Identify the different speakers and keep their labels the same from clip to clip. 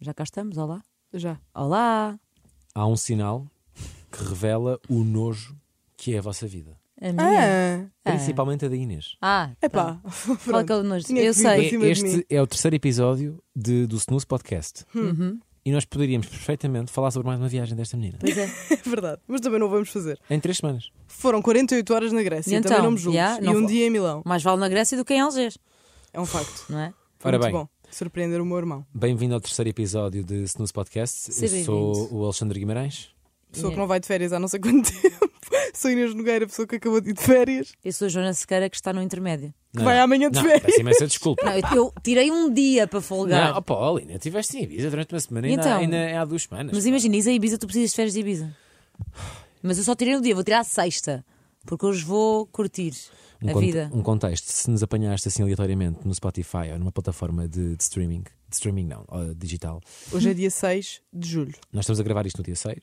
Speaker 1: Já cá estamos, olá.
Speaker 2: Já.
Speaker 1: Olá!
Speaker 3: Há um sinal que revela o nojo que é a vossa vida.
Speaker 1: A minha.
Speaker 2: Ah,
Speaker 1: Ah.
Speaker 3: Principalmente a da Inês.
Speaker 1: Ah,
Speaker 2: epá.
Speaker 1: Qual que é
Speaker 2: pronto.
Speaker 1: o nojo?
Speaker 2: Tinha que
Speaker 1: Eu
Speaker 2: vir
Speaker 1: sei.
Speaker 2: Ah, Em cima
Speaker 3: É-
Speaker 2: de mim. Hum.
Speaker 3: Este é o terceiro episódio de- do Snooze Podcast. E nós poderíamos perfeitamente falar sobre mais uma viagem desta menina.
Speaker 1: Pois é.
Speaker 2: É verdade. Mas também não vamos fazer.
Speaker 3: Em três semanas.
Speaker 2: Foram 48 horas na Grécia,
Speaker 1: E
Speaker 2: também
Speaker 1: então?
Speaker 2: não me julgues.
Speaker 1: Yeah,
Speaker 2: e
Speaker 1: não
Speaker 2: um
Speaker 1: vou-
Speaker 2: dia em Milão.
Speaker 1: Mais vale na Grécia do que em Algés,
Speaker 2: É um facto.
Speaker 1: não é?
Speaker 2: Foi
Speaker 3: Ora
Speaker 2: muito
Speaker 3: bem.
Speaker 2: bom. Surpreender o meu irmão.
Speaker 3: Bem-vindo ao terceiro episódio de Snooze Podcast.
Speaker 1: Seja
Speaker 3: Eu sou
Speaker 1: bem-vindo.
Speaker 3: o Alexandre Guimarães.
Speaker 2: Pessoa que
Speaker 1: Yeah.
Speaker 2: não vai de férias há não sei quanto tempo. Sou Inês Nogueira, pessoa que acabou de ir de férias.
Speaker 1: Eu sou a Joana Sequeira que está no intermédio.
Speaker 3: Não,
Speaker 2: vai
Speaker 3: não.
Speaker 2: amanhã de
Speaker 3: não,
Speaker 2: férias.
Speaker 3: Peço imensa desculpa.
Speaker 1: Não, eu, eu tirei um dia para folgar.
Speaker 3: Não, opa, olha, ainda tiveste sem Ibiza durante uma semana,
Speaker 1: E
Speaker 3: ainda,
Speaker 1: então?
Speaker 3: ainda há duas semanas.
Speaker 1: Mas imagina, isso a Ibiza, tu precisas de férias de Ibiza. Mas eu só tirei um dia, vou tirar a sexta. Porque hoje vou curtir
Speaker 3: um,
Speaker 1: a
Speaker 3: con-
Speaker 1: vida.
Speaker 3: um contexto, se nos apanhaste assim aleatoriamente no Spotify ou numa plataforma de, de streaming, de streaming não, ó, digital,
Speaker 2: Hoje é dia 6 de julho.
Speaker 3: nós estamos a gravar isto no dia 6,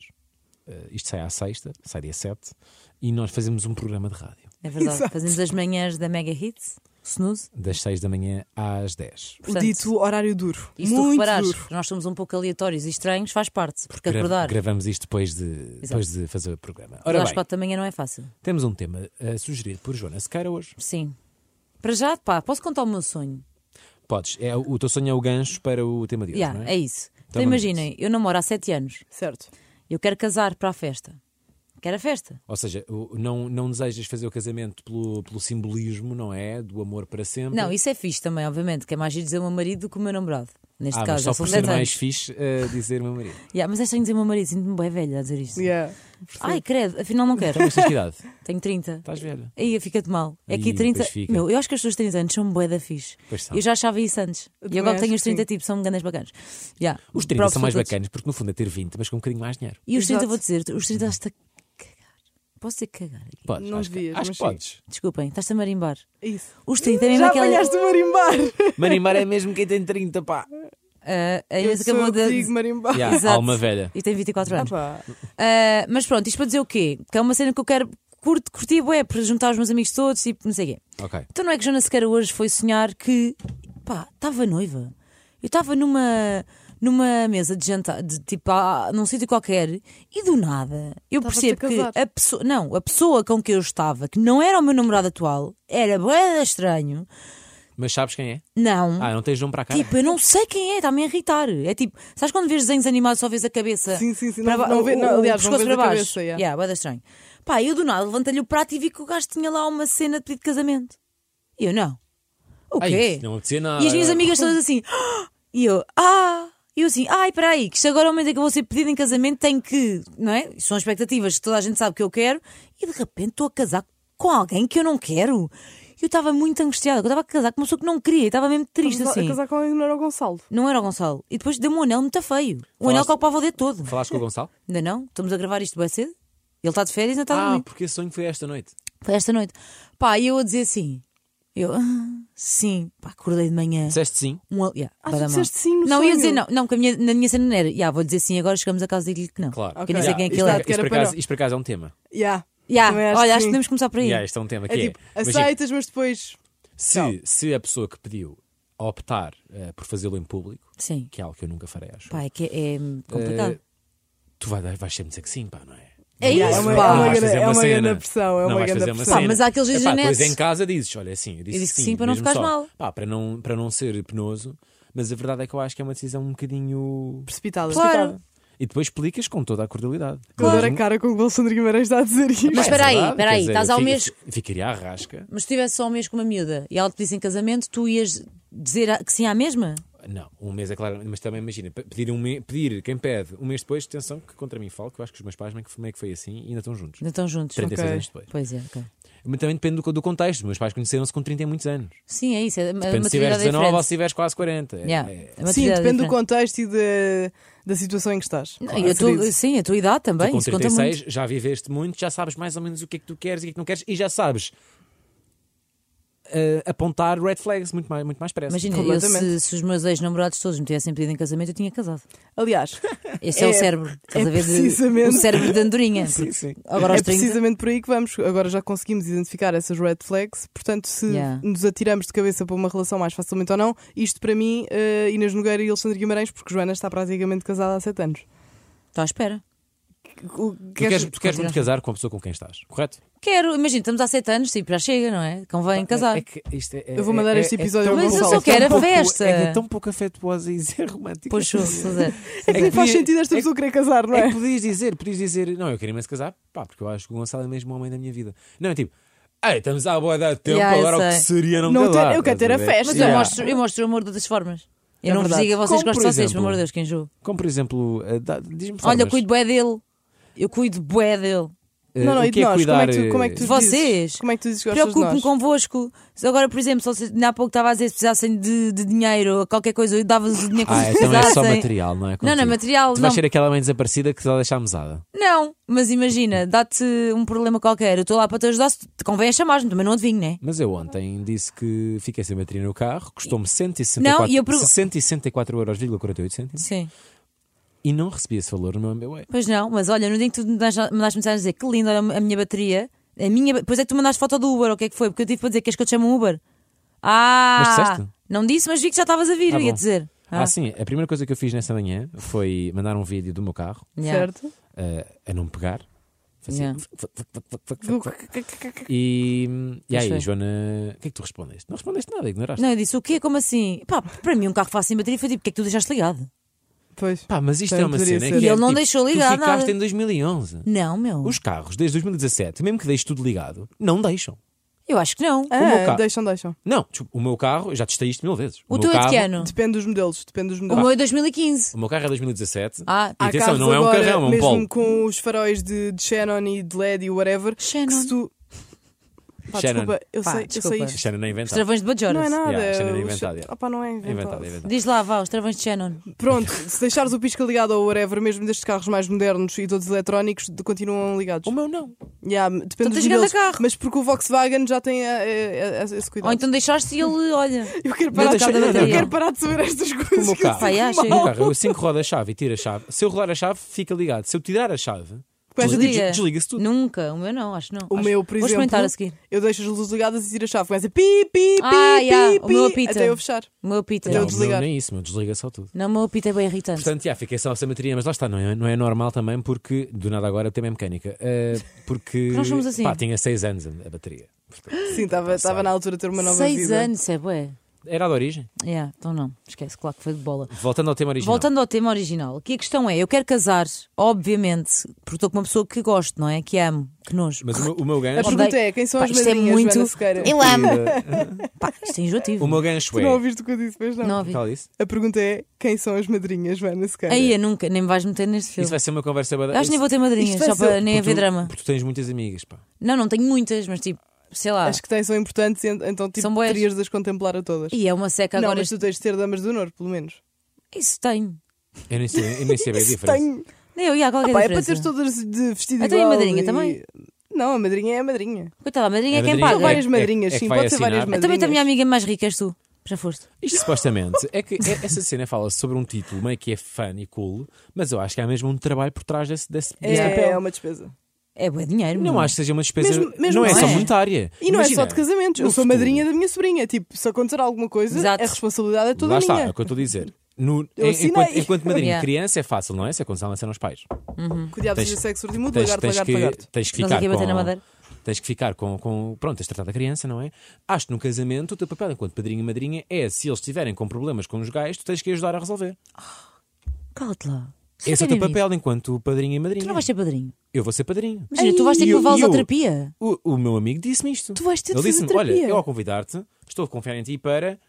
Speaker 3: eh, isto sai à sexta, sai dia 7, e nós fazemos um programa de rádio,
Speaker 1: É verdade.
Speaker 2: Exato.
Speaker 1: Fazemos as manhãs da Mega Hits, Snooze.
Speaker 3: das 6 da manhã às 10.
Speaker 1: Portanto,
Speaker 2: o dito horário duro.
Speaker 1: E se tu
Speaker 2: Muito
Speaker 1: reparares,
Speaker 2: duro.
Speaker 1: nós somos um pouco aleatórios e estranhos, faz parte. Porque
Speaker 3: Gra-
Speaker 1: acordar,
Speaker 3: Gravamos isto depois de, depois de fazer o programa. Ora
Speaker 1: acordar às
Speaker 3: bem,
Speaker 1: quatro da manhã não é fácil.
Speaker 3: temos um tema eh, sugerido por Joana Sequeira hoje.
Speaker 1: Sim. Para já, pá, posso contar o meu sonho?
Speaker 3: Podes, é, o teu sonho é o gancho para o tema de hoje,
Speaker 1: Yeah,
Speaker 3: não
Speaker 1: é?
Speaker 3: é?
Speaker 1: isso. Então,
Speaker 3: vamos
Speaker 1: imaginem, eu namoro há sete anos.
Speaker 2: Certo.
Speaker 1: Eu quero casar para a festa. Quero a festa.
Speaker 3: Ou seja, o- não, não desejas fazer o casamento pelo, pelo simbolismo, não é? Do amor para sempre.
Speaker 1: Não, isso é fixe também, obviamente, que é mais giro dizer o meu marido do que o meu namorado. Neste
Speaker 3: ah,
Speaker 1: caso, é um
Speaker 3: mas
Speaker 1: já são
Speaker 3: só
Speaker 1: 10
Speaker 3: por ser
Speaker 1: anos.
Speaker 3: mais fixe eh, dizer meu marido.
Speaker 1: Yeah, mas é estranho dizer o meu marido, sinto-me bem velha a dizer isto.
Speaker 2: Yeah.
Speaker 1: Ai, credo, afinal não quero.
Speaker 3: Então, mas tens que idade?
Speaker 1: Tenho 30.
Speaker 3: Estás velha.
Speaker 1: Aí fica-te mal. É que
Speaker 3: Tá. Ih,
Speaker 1: 30.
Speaker 3: pois fica.
Speaker 1: Meu, eu acho que as pessoas de 30 anos são bué da fixe.
Speaker 3: Pois são.
Speaker 1: Eu já achava isso antes. e
Speaker 2: também
Speaker 1: agora que
Speaker 2: acho
Speaker 1: tenho
Speaker 2: que
Speaker 1: os 30
Speaker 2: sim.
Speaker 1: tipos, são grandes bacanas. Yeah.
Speaker 3: Os 30
Speaker 1: Props
Speaker 3: são
Speaker 1: para
Speaker 3: mais
Speaker 1: todos.
Speaker 3: bacanas, porque no fundo é ter 20, mas com um bocadinho mais dinheiro.
Speaker 1: E os 30,
Speaker 2: Exato.
Speaker 1: vou dizer, os 30 estás-te a cagar. Posso dizer cagar aqui?
Speaker 3: Podes,
Speaker 2: Não
Speaker 3: acho que-
Speaker 2: devias,
Speaker 3: acho
Speaker 2: mas
Speaker 3: que podes.
Speaker 1: Desculpem, estás-te a marimbar.
Speaker 2: Isso.
Speaker 1: Os 30 é mesmo
Speaker 2: Já
Speaker 1: aquela.
Speaker 2: apanhaste o marimbar.
Speaker 3: Marimbar é mesmo quem tem 30, pá.
Speaker 1: Ah, a
Speaker 2: Eu
Speaker 1: Inês
Speaker 2: sou
Speaker 1: acabou
Speaker 2: eu que
Speaker 1: de.
Speaker 2: digo marimbar.
Speaker 3: Yeah,
Speaker 1: Exato.
Speaker 3: alma velha.
Speaker 1: E tem 24
Speaker 2: Ah,
Speaker 1: anos.
Speaker 2: pá.
Speaker 1: Ah, mas pronto, isto para dizer o quê? Que é uma cena que eu quero curto, curtir, bué, para juntar os meus amigos todos, tipo, não sei o quê.
Speaker 3: Ok.
Speaker 1: Então não é que Joana Sequeira hoje foi sonhar que pá, estava noiva. Eu estava numa, numa mesa de jantar, de, tipo, ah, num sítio qualquer, e do nada eu
Speaker 2: Estavas-te
Speaker 1: percebo que
Speaker 2: a casar.
Speaker 1: a pessoa, não, a pessoa com que eu estava, que não era o meu namorado atual, era bué estranho.
Speaker 3: Mas sabes quem é?
Speaker 1: Não.
Speaker 3: Ah, não tens nome para a cara?
Speaker 1: Hum? Tipo, eu não sei quem é, está-me a irritar. É tipo, sabes quando vês desenhos animados só vês a cabeça?
Speaker 2: Sim, sim, sim,
Speaker 1: Para
Speaker 2: não-
Speaker 1: ba-
Speaker 2: não vê-
Speaker 1: o-
Speaker 2: não,
Speaker 1: o
Speaker 2: aliás, não
Speaker 1: pescoço
Speaker 2: vês
Speaker 1: para
Speaker 2: a
Speaker 1: baixo.
Speaker 2: cabeça, yeah.
Speaker 1: Yeah, bué da estranho. Pá, eu do nada levantei-lhe o prato e vi que o gajo tinha lá uma cena de pedido de casamento. E eu não. O
Speaker 3: Ai,
Speaker 1: quê?
Speaker 3: isso não acontecia
Speaker 2: é
Speaker 3: nada.
Speaker 1: E as minhas amigas todas assim. "Ah!" E eu, ah! E eu assim, ai, espera aí, que isto agora é o momento em que eu vou ser pedida em casamento, tenho que, não é? São expectativas que toda a gente sabe que eu quero. E de repente estou a casar com alguém que eu não quero. Eu estava muito angustiada, que eu estava a casar com uma pessoa que não queria, e estava mesmo triste
Speaker 2: Vamos lá-
Speaker 1: assim.
Speaker 2: A casar com alguém que não era o Gonçalo.
Speaker 1: Não era o Gonçalo. E depois deu-me um anel muito feio. Um anel que ocupava o dedo todo.
Speaker 3: Falaste com o Gonçalo?
Speaker 1: Ainda não? Estamos a gravar isto bem cedo? Ele está de férias, ainda está a
Speaker 3: ah,
Speaker 1: dormir.
Speaker 3: porque esse sonho foi esta noite.
Speaker 1: Foi esta noite. Pá, e eu a dizer assim. Eu, ah, sim. Pá, acordei de manhã.
Speaker 3: Disseste sim.
Speaker 1: Um, al- yeah,
Speaker 2: Ah,
Speaker 1: vai
Speaker 2: tu
Speaker 1: dar mal.
Speaker 2: disseste sim no
Speaker 1: Não, eu ia
Speaker 2: sonho.
Speaker 1: dizer não. Não, porque a minha, na minha cena não era. Yeah, vou dizer sim, agora chegamos a casa e digo-lhe que não.
Speaker 3: Claro.
Speaker 1: Que eu não
Speaker 2: Ok.
Speaker 1: sei quem é que ele
Speaker 2: Yeah,
Speaker 1: é.
Speaker 2: que
Speaker 3: Isto
Speaker 2: era
Speaker 3: por
Speaker 2: para
Speaker 3: acaso-
Speaker 2: não.
Speaker 3: isto por acaso é um tema.
Speaker 2: Yeah.
Speaker 1: Yeah,
Speaker 2: Também acho
Speaker 1: olha,
Speaker 2: que
Speaker 1: acho que
Speaker 2: sim.
Speaker 1: podemos começar por aí.
Speaker 3: Yeah, isto é um tema que
Speaker 2: É
Speaker 3: é.
Speaker 2: tipo,
Speaker 3: imagina,
Speaker 2: aceitas, mas depois.
Speaker 3: se, se a pessoa que pediu optar eh, por fazê-lo em público,
Speaker 1: Sim.
Speaker 3: que é algo que eu nunca farei, acho.
Speaker 1: Pá, é que é, é
Speaker 2: Eh,
Speaker 1: complicado.
Speaker 3: tu vai, dar- vais sempre dizer que sim, pá, não é?
Speaker 1: É
Speaker 2: Yeah,
Speaker 1: isso,
Speaker 2: é uma-
Speaker 1: pá.
Speaker 2: é uma
Speaker 3: Não vais fazer
Speaker 2: grande- é uma
Speaker 3: cena.
Speaker 2: grande pressão, é
Speaker 3: Não
Speaker 2: uma
Speaker 3: vais
Speaker 2: grande
Speaker 3: fazer uma
Speaker 2: pressão.
Speaker 1: Pá,
Speaker 3: cena.
Speaker 1: mas há aqueles
Speaker 3: Epá, depois
Speaker 1: jejanetes.
Speaker 3: em casa dizes, olha, sim, eu disse,
Speaker 1: Eu disse que sim, para não
Speaker 3: mesmo
Speaker 1: ficares
Speaker 3: só.
Speaker 1: mal.
Speaker 3: Pá, para não, para não ser penoso, mas a verdade é que eu acho que é uma decisão um bocadinho
Speaker 2: Precipitadas.
Speaker 1: Claro.
Speaker 3: E depois explicas com toda a cordialidade.
Speaker 2: Eu adoro a
Speaker 3: Mesmo-
Speaker 2: cara com que o Alexandre Guimarães está a dizer isto.
Speaker 1: Mas
Speaker 3: É
Speaker 1: espera aí,
Speaker 3: verdade,
Speaker 1: espera
Speaker 3: quer
Speaker 1: aí,
Speaker 3: dizer,
Speaker 1: estás ao
Speaker 3: fi-
Speaker 1: mês-
Speaker 3: fi- Ficaria à rasca.
Speaker 1: Mas se tivesse só um mês com uma miúda e ela te pedisse em casamento, tu ias dizer a- que sim à mesma?
Speaker 3: Não, um mês é claro, mas também imagina, pe- pedir, um me- pedir quem pede um mês depois, atenção, que contra mim falo, que eu acho que os meus pais meio que meio que foi assim e ainda estão juntos.
Speaker 1: Ainda estão juntos.
Speaker 3: 36
Speaker 2: Ok.
Speaker 3: anos depois.
Speaker 1: Pois é, ok.
Speaker 3: Mas também depende do, do contexto. Os meus pais conheceram-se com 30 e muitos anos.
Speaker 1: Sim, é isso. É, a
Speaker 3: Depende se tiveres
Speaker 1: maturidade é
Speaker 3: 19 ou se
Speaker 1: diferente.
Speaker 3: tiveres quase 40. É-
Speaker 1: Yeah,
Speaker 3: é-
Speaker 1: a maturidade
Speaker 2: Sim,
Speaker 1: é
Speaker 2: depende do
Speaker 1: diferente.
Speaker 2: contexto e da, da situação em que estás.
Speaker 1: Não,
Speaker 2: Claro.
Speaker 1: e a tua-
Speaker 2: Acredito.
Speaker 1: sim, a tua idade também.
Speaker 3: tu com
Speaker 1: isso conta muito.
Speaker 3: 36 já viveste muito, já sabes mais ou menos o que é que tu queres e o que é que não queres e já sabes ah, apontar red flags muito mais, muito mais pressa.
Speaker 1: Imagina, eu, se,
Speaker 2: Completamente.
Speaker 1: se os meus ex-namorados todos me tivessem pedido em casamento, eu tinha casado.
Speaker 2: Aliás,
Speaker 1: Esse é, o
Speaker 2: É-
Speaker 1: cérebro. Estás
Speaker 2: é
Speaker 1: a ver?
Speaker 2: precisamente-
Speaker 1: O cérebro de andorinha.
Speaker 3: Sim, sim.
Speaker 1: Agora aos
Speaker 2: é
Speaker 1: 30.
Speaker 2: precisamente por aí que vamos. Agora já conseguimos identificar essas red flags. Portanto, se
Speaker 1: Yeah.
Speaker 2: nos atiramos de cabeça para uma relação mais facilmente ou não, isto para mim, eh, Inês Nogueira e Alexandre Guimarães, porque Joana está praticamente casada há 7 anos.
Speaker 1: Estou tá à espera.
Speaker 2: O-
Speaker 3: Tu queres, tu queres
Speaker 1: Continua.
Speaker 3: muito casar com a pessoa com quem estás, correto?
Speaker 1: Quero, imagina, estamos há 7 anos, tipo, já chega, não é? Convém casar.
Speaker 3: É que isto é- é-
Speaker 2: Eu vou mandar
Speaker 3: é-
Speaker 2: este
Speaker 3: é- é
Speaker 2: episódio
Speaker 3: tão-
Speaker 2: ao Mas eu Gonçalo. só
Speaker 3: é tão
Speaker 1: quero a
Speaker 3: pouco-
Speaker 1: festa.
Speaker 3: É, que é tão pouco afetuosa e ser romântica.
Speaker 1: Pois show, César.
Speaker 3: É que
Speaker 2: Nem faz
Speaker 3: podia-
Speaker 2: sentido esta
Speaker 3: é
Speaker 2: pessoa querer casar, não
Speaker 3: É
Speaker 2: é?
Speaker 3: que podias dizer, podias dizer, não, eu queria imenso casar, pá, porque eu acho que o Gonçalo é mesmo o homem da minha vida. Não, é tipo, ei, estamos à boa da tempo,
Speaker 1: Yeah, eu
Speaker 3: agora o que
Speaker 1: sei.
Speaker 3: seria não,
Speaker 2: Não
Speaker 3: casar.
Speaker 2: ter- eu quero ter a
Speaker 3: Estás ver?
Speaker 2: festa.
Speaker 1: Mas eu
Speaker 3: Yeah.
Speaker 1: mostro, eu mostro o amor de outras formas. Eu
Speaker 2: É
Speaker 1: não vos
Speaker 2: verdade.
Speaker 1: digo a vocês
Speaker 3: Como,
Speaker 1: gostam
Speaker 3: por
Speaker 1: de vocês,
Speaker 3: exemplo?
Speaker 1: pelo amor de Deus, quem enjoo.
Speaker 3: Como por exemplo, eh, dá- diz-me
Speaker 1: Olha,
Speaker 3: formas.
Speaker 1: eu cuido bué dele. Eu cuido bué dele.
Speaker 3: Eh,
Speaker 2: Não, não,
Speaker 3: o
Speaker 2: e
Speaker 3: que
Speaker 2: de
Speaker 3: é
Speaker 2: nós?
Speaker 3: cuidar,
Speaker 2: como, é que tu, como é que tu
Speaker 3: eh,
Speaker 1: De
Speaker 2: dizes-
Speaker 1: vocês?
Speaker 2: Como é que tu dizes que gostas de
Speaker 1: Preocupo-me
Speaker 2: nós?
Speaker 1: convosco. Se Agora, por exemplo, se vocês, ainda há pouco estava a dizer se precisassem de, de dinheiro ou qualquer coisa, eu dava-vos o dinheiro que
Speaker 3: Ah,
Speaker 1: vocês
Speaker 3: então é só
Speaker 1: precisassem.
Speaker 3: material, não é?
Speaker 1: Não, não é
Speaker 3: contigo.
Speaker 1: material,
Speaker 3: Tu vais
Speaker 1: não.
Speaker 3: ser aquela mãe desaparecida que só deixa a mesada.
Speaker 1: Não, mas imagina, dá-te um problema qualquer, eu estou lá para te ajudar, se te convém é chamar-me, também não adivinho, né?
Speaker 3: Mas eu ontem disse que fiquei sem bateria no carro, custou-me 164,
Speaker 1: Não, e eu pergu-
Speaker 3: 164 euros, 48 cêntimos,
Speaker 1: Sim.
Speaker 3: e não recebi esse valor no meu MBWay.
Speaker 1: Pois não, mas olha, no dia em que tu me das- me das mensagem a dizer que linda era a minha bateria, a minha, depois é que tu mandaste foto do Uber, ou o que é que foi? Porque eu tive para dizer, queres que eu te chame um Uber? Ah!
Speaker 3: Mas disseste?
Speaker 1: Não disse, mas vi que já estavas a vir,
Speaker 3: Ah,
Speaker 1: eu ia
Speaker 3: bom.
Speaker 1: dizer.
Speaker 3: Ah, sim, a primeira coisa que eu fiz nessa manhã foi mandar um vídeo do meu carro
Speaker 1: yeah.
Speaker 2: Certo?
Speaker 3: eh, a não me pegar. assim, Fazia
Speaker 1: Yeah.
Speaker 3: fuc, fuc, fuc, fuc, fuc, fuc, fuc. E, e aí,
Speaker 1: foi.
Speaker 3: Joana, o que é que tu respondeste? Não respondeste nada, ignoraste.
Speaker 1: Não, eu disse, o quê? Como assim? Pá, para mim um carro que faz sem bateria foi tipo, porque é que tu deixaste ligado?
Speaker 2: Pois.
Speaker 3: Pá, mas isto
Speaker 2: Também
Speaker 3: é uma
Speaker 2: poderia
Speaker 3: cena.
Speaker 2: ser.
Speaker 3: que
Speaker 1: E
Speaker 3: é
Speaker 1: ele não
Speaker 3: tipo,
Speaker 1: deixou
Speaker 3: tu
Speaker 1: ligar
Speaker 3: ficaste
Speaker 1: nada.
Speaker 3: em 2011.
Speaker 1: Não, meu.
Speaker 3: Os carros, desde 2017, mesmo que deixes tudo ligado, não deixam.
Speaker 1: Eu acho que não.
Speaker 3: meu
Speaker 2: Ah,
Speaker 3: carro.
Speaker 2: deixam, deixam.
Speaker 3: Não, tipo, o meu carro, eu já testei isto mil vezes.
Speaker 1: O
Speaker 3: meu
Speaker 1: teu é de que
Speaker 3: carro-
Speaker 1: ano?
Speaker 2: Depende dos modelos, depende dos
Speaker 1: O
Speaker 2: modelos.
Speaker 1: meu é 2015.
Speaker 3: O meu carro é 2017.
Speaker 1: Ah,
Speaker 3: E
Speaker 2: Há
Speaker 3: Ah, atenção,
Speaker 2: carros
Speaker 3: não é um
Speaker 2: agora,
Speaker 3: carrão, é um
Speaker 2: mesmo
Speaker 3: polo.
Speaker 2: com os faróis de, de Shannon e de LED e whatever.
Speaker 1: Shannon.
Speaker 2: Que se tu... Pá,
Speaker 3: Shannon.
Speaker 2: desculpa, eu
Speaker 1: Pá,
Speaker 2: sei,
Speaker 1: desculpa.
Speaker 2: eu sei isto.
Speaker 3: Isto ainda não é
Speaker 1: Os
Speaker 3: inventado.
Speaker 1: travões de Bajoras.
Speaker 2: Não é nada.
Speaker 3: Yeah, Shannon é
Speaker 2: o
Speaker 3: inventado,
Speaker 2: Shan-
Speaker 3: yeah.
Speaker 2: Opa, não é
Speaker 3: É
Speaker 2: inventado.
Speaker 3: inventado, é inventado.
Speaker 1: Diz lá, vá, os travões de Shannon.
Speaker 2: Pronto, se deixares o pisca ligado ou whatever, mesmo destes carros mais modernos e todos eletrónicos, de- continuam ligados.
Speaker 3: O meu não.
Speaker 2: Yeah, depende
Speaker 1: Então
Speaker 2: dos
Speaker 1: tens grande
Speaker 2: modelos,
Speaker 1: carro.
Speaker 2: Mas porque o Volkswagen já tem eh, eh, esse cuidado.
Speaker 1: Ou então deixaste e ele, olha.
Speaker 2: Eu quero
Speaker 1: Não
Speaker 2: parar,
Speaker 1: deixa-
Speaker 2: de,
Speaker 1: não, não,
Speaker 2: eu
Speaker 1: não.
Speaker 2: quero parar de saber estas
Speaker 3: O
Speaker 2: coisas.
Speaker 3: meu
Speaker 2: que eu
Speaker 3: carro.
Speaker 1: Pai, ah,
Speaker 3: o
Speaker 1: chega.
Speaker 3: meu carro, eu assim que rodo a chave e tiro a chave. Se eu rolar a chave, fica ligado. Se eu tirar a chave,
Speaker 2: Começa a
Speaker 3: desliga-
Speaker 1: dizer-
Speaker 3: desliga-se tudo.
Speaker 1: Nunca, o meu não, acho que não.
Speaker 2: O
Speaker 1: Acho-
Speaker 2: meu, por
Speaker 1: Vou
Speaker 2: exemplo,
Speaker 1: experimentar a seguir.
Speaker 2: eu deixo as luzes ligadas e tiro a chave. Começa pi, pi, pi,
Speaker 1: Ah,
Speaker 2: pi,
Speaker 1: yeah, o
Speaker 2: pi,
Speaker 1: meu apita.
Speaker 2: até eu fechar.
Speaker 1: O meu apita.
Speaker 2: Não,
Speaker 3: Não,
Speaker 2: eu
Speaker 3: o meu
Speaker 2: desligar.
Speaker 3: nem isso, meu desliga só tudo.
Speaker 1: Não, o meu apito é bem irritante.
Speaker 3: Então Portanto, já, fiquei só sem bateria, mas lá está, não é, não é normal também, porque do nada agora também é mecânica. Ah, porque
Speaker 1: Nós somos assim.
Speaker 3: pá, tinha 6 anos a, a bateria. Portanto,
Speaker 2: Sim, estava estava na altura de ter uma nova
Speaker 1: Seis
Speaker 2: vida.
Speaker 1: anos, é bué.
Speaker 3: era a da origem.
Speaker 1: Yeah, então não, esquece, claro que foi de bola.
Speaker 3: Voltando ao tema original.
Speaker 1: Voltando ao tema original, aqui a questão é: eu quero casar, obviamente, porque estou com uma pessoa que gosto, não é? Que amo, que nojo.
Speaker 3: Mas o meu, o meu
Speaker 2: A
Speaker 3: gancho.
Speaker 1: Odeio.
Speaker 2: pergunta é: quem são
Speaker 1: Pá,
Speaker 2: as
Speaker 1: isto é
Speaker 2: madrinhas,
Speaker 1: muito.
Speaker 2: Joana Sequeira?
Speaker 1: Eu amo.
Speaker 3: eh,
Speaker 1: Pá, isto é enjoativo.
Speaker 3: o meu gancho
Speaker 2: Tu não
Speaker 3: é.
Speaker 2: ouviste o que eu disse, pois não?
Speaker 1: Não ouvi.
Speaker 3: Fala disso.
Speaker 2: A pergunta é: quem são as madrinhas, Joana Sequeira?
Speaker 1: Aí eu nunca, nem me vais meter neste filme.
Speaker 3: Isso vai ser uma conversa.
Speaker 1: Eu Acho que nem vou ter madrinhas,
Speaker 2: isto vai
Speaker 1: só
Speaker 2: ser-
Speaker 1: para nem
Speaker 3: Porque
Speaker 1: haver
Speaker 3: tu-
Speaker 1: drama.
Speaker 3: Porque tu tens muitas amigas, pá.
Speaker 1: Não, não tenho muitas, mas tipo, sei lá.
Speaker 2: Ah. As que tens são importantes, ent- então tipo,
Speaker 1: São boas.
Speaker 2: terias de as contemplar a todas.
Speaker 1: E é uma seca
Speaker 2: não,
Speaker 1: agora.
Speaker 2: mas tu tens de ter damas de honor, pelo menos.
Speaker 1: Isso tenho.
Speaker 3: Eu nem sei, eu nem sei bem a
Speaker 2: Isso
Speaker 3: diferença.
Speaker 2: tenho.
Speaker 1: Nem eu ia,
Speaker 2: Ah,
Speaker 1: qualquer
Speaker 2: pá, é para
Speaker 1: diferença.
Speaker 2: teres todas de vestido
Speaker 1: Então e a
Speaker 2: igual.
Speaker 1: madrinha
Speaker 2: e-
Speaker 1: também?
Speaker 2: Não, a madrinha é a madrinha.
Speaker 1: Coitada, a madrinha
Speaker 3: A
Speaker 1: é quem
Speaker 3: madrinha
Speaker 1: paga.
Speaker 2: São várias
Speaker 3: é-
Speaker 2: madrinhas,
Speaker 3: é que
Speaker 2: sim,
Speaker 3: vai
Speaker 2: pode ser várias
Speaker 3: assinar.
Speaker 1: Eu
Speaker 2: madrinhas.
Speaker 1: também tenho a minha amiga mais rica, és tu. Já foste.
Speaker 3: Isto supostamente é que é- essa cena fala sobre um título meio que é fã e cool, mas eu acho que há mesmo um trabalho por trás desse, desse, desse
Speaker 2: É, é
Speaker 3: papel.
Speaker 2: uma despesa.
Speaker 1: É bué dinheiro,
Speaker 3: Não
Speaker 1: meu.
Speaker 3: acho que seja uma despesa.
Speaker 2: Mesmo- mesmo assim.
Speaker 3: não é
Speaker 1: não
Speaker 3: só
Speaker 1: é.
Speaker 3: monetária.
Speaker 2: E não
Speaker 3: Imagina,
Speaker 2: é só de casamentos. Eu
Speaker 3: no
Speaker 2: sou
Speaker 3: futuro-
Speaker 2: madrinha da minha sobrinha. Tipo, se acontecer alguma coisa,
Speaker 1: Exato.
Speaker 2: a responsabilidade é toda
Speaker 3: Lá está, é
Speaker 2: minha.
Speaker 3: o que eu estou a dizer. No-
Speaker 2: Eu
Speaker 3: en-
Speaker 2: assinei.
Speaker 3: enquanto, enquanto madrinha
Speaker 1: Yeah.
Speaker 3: de criança é fácil, não é? Se acontecer a lançar aos pais.
Speaker 2: Que diabo
Speaker 3: Tens-
Speaker 2: seja sexo urdimudo,
Speaker 3: Tens,
Speaker 2: lagarto,
Speaker 3: tens
Speaker 2: lagarto, lagarto.
Speaker 3: que, tens que
Speaker 1: Nós
Speaker 3: ficar
Speaker 1: aqui a bater na
Speaker 3: com.
Speaker 1: madeira.
Speaker 3: Tens que ficar com, com. Pronto, tens de tratar da criança, não é? Acho que no casamento o teu papel enquanto padrinho e madrinha é se eles estiverem com problemas conjugais, tu tens que ajudar a resolver.
Speaker 1: Cala-te lá.
Speaker 3: Esse é o teu
Speaker 1: Sério nisso?
Speaker 3: papel enquanto padrinho e madrinha.
Speaker 1: Tu não vais ser padrinho.
Speaker 3: Eu vou ser padrinho.
Speaker 1: Imagina, tu vais ter
Speaker 3: E
Speaker 1: que
Speaker 3: eu-
Speaker 1: levá-los
Speaker 3: e
Speaker 1: à
Speaker 3: eu-
Speaker 1: terapia.
Speaker 3: O, o meu amigo disse-me isto.
Speaker 2: Tu vais ter de
Speaker 3: Ele
Speaker 2: fazer
Speaker 3: disse-me:
Speaker 2: terapia.
Speaker 3: Olha, eu ao convidar-te, estou a confiar em ti para.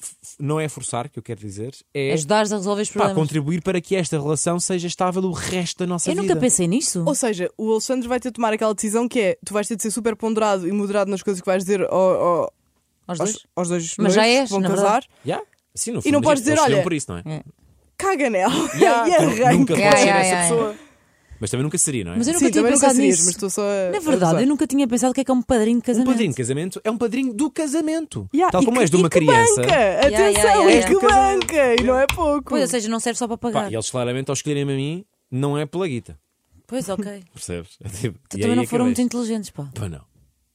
Speaker 3: F- f- Não é forçar, que eu quero dizer, é
Speaker 1: Ajudares a resolver os
Speaker 3: pá,
Speaker 1: problemas.
Speaker 3: contribuir para que esta relação seja estável o resto da nossa
Speaker 1: Eu
Speaker 3: vida.
Speaker 1: nunca pensei nisso.
Speaker 2: Ou seja, o Alexandre vai ter de tomar aquela decisão que é: tu vais ter de ser super ponderado e moderado nas coisas que vais dizer ao- ao-
Speaker 1: Aos dois.
Speaker 2: aos, aos dois
Speaker 1: Mas
Speaker 2: noivos
Speaker 1: já és,
Speaker 2: que vão
Speaker 1: na
Speaker 2: casar.
Speaker 1: verdade.
Speaker 3: Yeah? Sim, no
Speaker 2: E não
Speaker 3: fundo,
Speaker 2: podes
Speaker 3: eles
Speaker 2: dizer,
Speaker 3: escolheram
Speaker 2: olha-
Speaker 3: por isso, não é?
Speaker 1: É.
Speaker 2: Caga nela.
Speaker 3: Yeah,
Speaker 2: e
Speaker 3: tu
Speaker 2: arranca.
Speaker 3: nunca
Speaker 1: Yeah,
Speaker 3: podes ser
Speaker 1: yeah,
Speaker 3: essa
Speaker 1: yeah,
Speaker 3: pessoa. Mas também nunca seria, não é?
Speaker 1: Mas eu nunca
Speaker 2: Sim,
Speaker 1: tinha
Speaker 2: também nunca
Speaker 1: pensado
Speaker 2: serias,
Speaker 1: nisso.
Speaker 2: mas estou só.
Speaker 1: Na verdade, eu nunca tinha pensado o que é que é um padrinho de
Speaker 3: Um
Speaker 1: casamento.
Speaker 3: padrinho de casamento é um padrinho do casamento. Tal como és de uma
Speaker 1: tipo
Speaker 2: que
Speaker 3: criança.
Speaker 2: Banca. Atenção,
Speaker 1: yeah, yeah, yeah.
Speaker 2: e que banca! E não é pouco.
Speaker 1: Pois, ou seja, não serve só para pagar.
Speaker 3: Pá, e eles claramente ao escolherem-me a mim, não é pela guita.
Speaker 1: Pois, ok.
Speaker 3: Percebes? É tipo,
Speaker 1: Tu
Speaker 3: e
Speaker 1: também
Speaker 3: aí
Speaker 1: não foram muito
Speaker 3: acabei.
Speaker 1: inteligentes, pá.
Speaker 3: Pá, não.